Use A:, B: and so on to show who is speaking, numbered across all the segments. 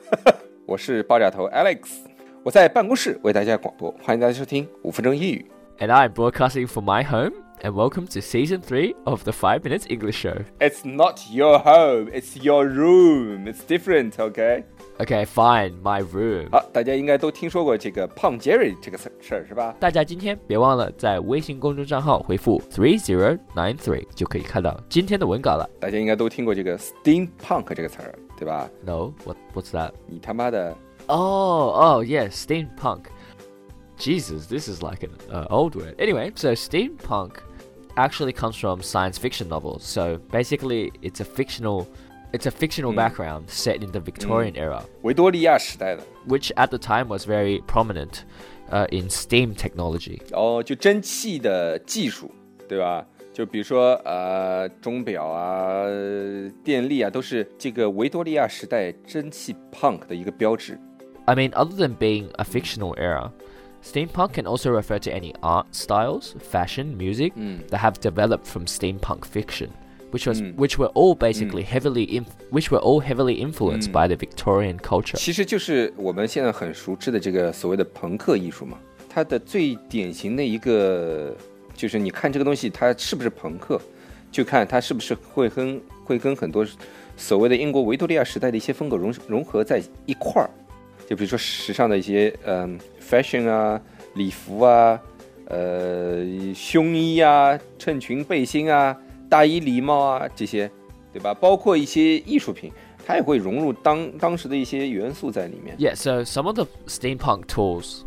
A: 我是爆炸头 Alex，我在办公室为大家广播，欢迎大家收听五分钟英语。
B: And I'm broadcasting from my home. And welcome to season three of the Five Minutes English Show.
A: It's not your home, it's your room. It's different, OK？
B: Okay, fine, my room.
A: 好，大家应该都听说过这个胖杰瑞这个事事儿是吧？
B: 大家今天别忘了在微信公众账号回复 three zero nine three 就可以看到今天的文稿了。
A: 大家应该都听过这个 steampunk 这个词儿，对吧？
B: No, what what's that?
A: 你他妈的
B: Oh, oh yes, steampunk. Jesus, this is like an uh, old word. Anyway, so steampunk actually comes from science fiction novels. So basically, it's a fictional, it's a fictional background set in the Victorian era,
A: 维多利亚时代的
B: which at the time was very prominent uh, in steam technology.
A: 哦，就蒸汽的技术，对吧？就比如说呃，钟表啊、电力啊，都是这个维多利亚时代蒸汽 punk 的一个标志。
B: I mean, other than being a fictional era, steampunk can also refer to any art styles, fashion, music that have developed from steampunk fiction, which was which were all basically heavily inf- which were all heavily influenced by the Victorian culture.
A: 其实就是我们现在很熟知的这个所谓的朋克艺术嘛。它的最典型的一个就是你看这个东西它是不是朋克，就看它是不是会跟会跟很多所谓的英国维多利亚时代的一些风格融融合在一块儿。就比如说时尚的一些嗯 fashion 啊、礼服啊、呃胸衣啊、衬裙、背心啊、大衣、礼帽啊这些，对吧？包括一些艺术品，它也会融入当当时的一些元素在里面。
B: Yeah, so some of the steampunk tools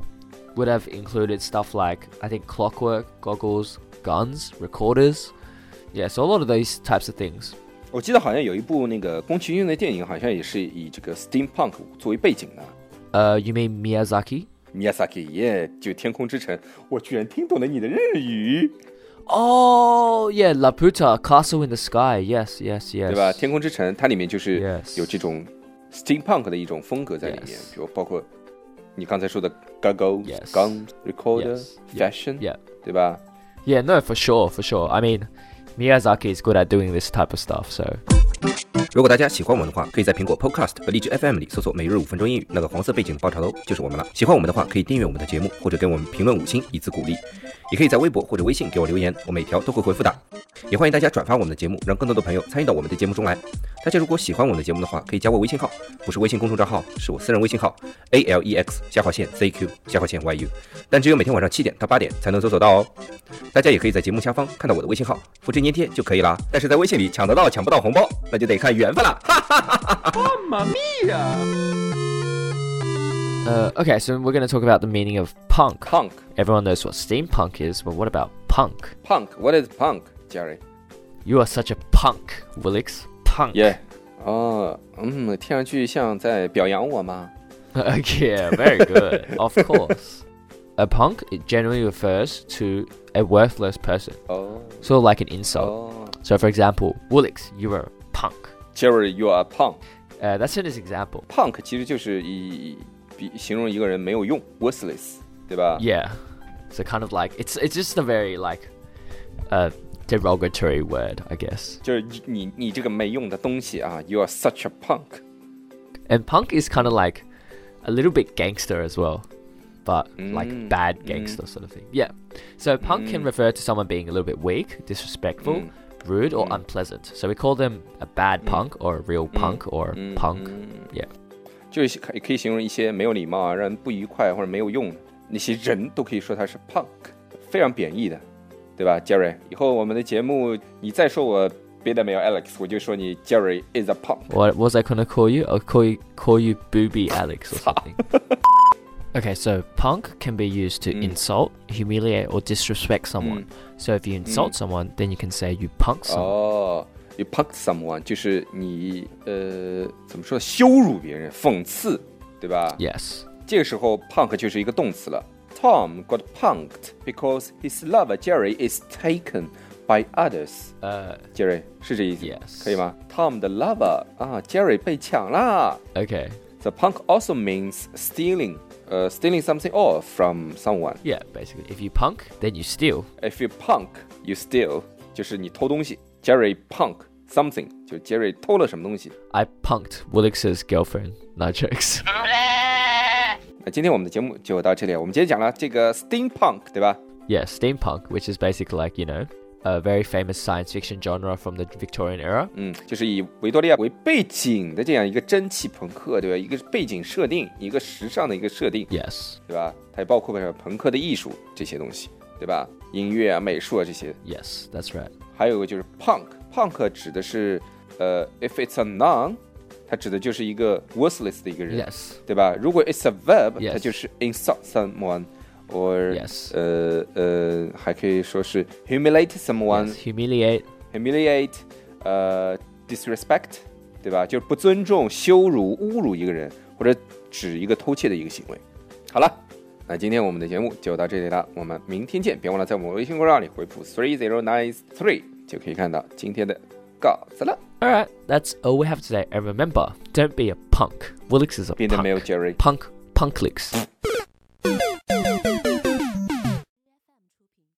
B: would have included stuff like I think clockwork, goggles, guns, recorders. Yeah, so a lot of these types of things.
A: 我记得好像有一部那个宫崎骏的电影，好像也是以这个 steampunk 作为背景的。
B: Uh, you mean Miyazaki?
A: Miyazaki 耶，就《天空之城》，我居然听懂了你的日语，
B: Oh yeah, Laputa, Castle in the Sky. Yes, yes, yes.
A: 对吧？《天空之城》它里面就是
B: Yes
A: 有这种 steampunk 的一种风格在里面
B: Yes
A: 比如包括你刚才说的 goggles、
B: Yes
A: gun、recorder、
B: Yes
A: fashion，
B: Yeah,
A: 对吧？
B: yeah. No, for sure, for sure. I mean, Miyazaki is good at doing this type of stuff. So
C: 如果大家喜欢我们的话，可以在苹果 Podcast 和荔枝 FM 里搜索“每日五分钟英语”，那个黄色背景的爆炒头就是我们了。喜欢我们的话，可以订阅我们的节目，或者给我们评论五星以资鼓励。也可以在微博或者微信给我留言，我每条都会回复的。也欢迎大家转发我们的节目，让更多的朋友参与到我们的节目中来。大家如果喜欢我们的节目的话，可以加我微信号，不是微信公众账号，是我私人微信号 a l e x 下划线 z q 下划线 y u，但只有每天晚上七点到八点才能搜索到哦。大家也可以在节目下方看到我的微信号，复制粘贴就可以啦。但是在微信里抢得到抢不到红包，那就得看缘分了。
B: uh, okay, so we're gonna talk about the meaning of punk.
A: Punk
B: Everyone knows what steampunk is, but what about punk?
A: punk，what is punk，Jerry？
B: You are such a punk, Willix. Punk.
A: 耶，哦，嗯，听上去像在表扬我吗？
B: yeah, very good. of course. A punk it generally refers to a worthless person,
A: 哦
B: sort of like an insult.
A: 哦
B: So, for example, Willix, you are a punk.
A: ，Jerry，you are punk。
B: Uh, that's in his example.
A: Punk 其实就是以比形容一个人没有用，worthless，对吧
B: Yeah. So kind of like it's it's just a very like uh derogatory word, I guess.
A: 就是你你你这个没用的东西啊，you are such a punk。
B: And punk is kind of like a little bit gangster as well. But like bad gangster sort of thing. Yeah. So punk can refer to someone being a little bit weak, disrespectful,
A: Mm.
B: rude or unpleasant. So we call them a bad punk or a real punk or
A: Mm.
B: punk. Yeah.
A: 嗯就是可可以形容一些没有礼貌啊，让人不愉快或者没有用的那些人都可以说他是 punk，非常贬义的，对吧，Jerry？以后我们的节目你再说我别的没有，Alex，我就说你 Jerry is a punk。
B: What was I gonna call you? I'll call you call you Booby Alex or something. okay, so punk can be used to
A: Mm.
B: insult, humiliate, or disrespect someone. So if you insult someone, then you can say you punk someone.
A: 哦，you punk someone 就是你呃怎么说羞辱别人、讽刺，对吧
B: Yes.
A: 这个时候 punk 就是一个动词了。Tom got punked because his lover Jerry is taken by others.
B: Uh,
A: Jerry 是这意思
B: Yes
A: 可以吗？Tom 的 lover 啊，Jerry 被抢啦。
B: okay.
A: The punk also means stealing. 呃、s t e a l i n g something off from someone.
B: Yeah, basically. If you punk, then you steal.
A: If you punk, you steal. 就是你偷东西。Jerry punk something，就 Jerry 偷了什么东西。
B: I punked Willix's girlfriend. No jokes.
A: 那今天我们的节目就到这里了。我们今天讲了这个 steampunk，对吧？
B: yeah, steampunk, which is basically like, you know, a very famous science fiction genre from the Victorian era.
A: 嗯，就是以维多利亚为背景的这样一个蒸汽朋克，对吧？一个背景设定，一个时尚的一个设定，
B: Yes.
A: 对吧？它也包括了朋克的艺术这些东西，对吧？音乐啊、美术啊这些，
B: Yes, that's right.
A: 还有一个就是 punk，punk 指的是呃，if it's a noun，它指的就是一个 worthless 的一个人
B: Yes.
A: 对吧？如果 it's a verb，、
B: Yes
A: 它就是 insult someone。or
B: Yes
A: 呃呃，还可以说是 humiliate someone，、
B: yes. Humiliate.
A: humiliate，呃，disrespect，对吧？就是不尊重、羞辱、侮辱一个人，或者指一个偷窃的一个行为。好了，那今天我们的节目就到这里了，我们明天见！别忘了在我们微信公众号里回复 three zero nine three 就可以看到今天的稿子了。
B: All right, that's all we have today. And remember, don't be a punk. Willix is a
A: 变得没有
B: punk.
A: Jerry。
B: Punk, punklix.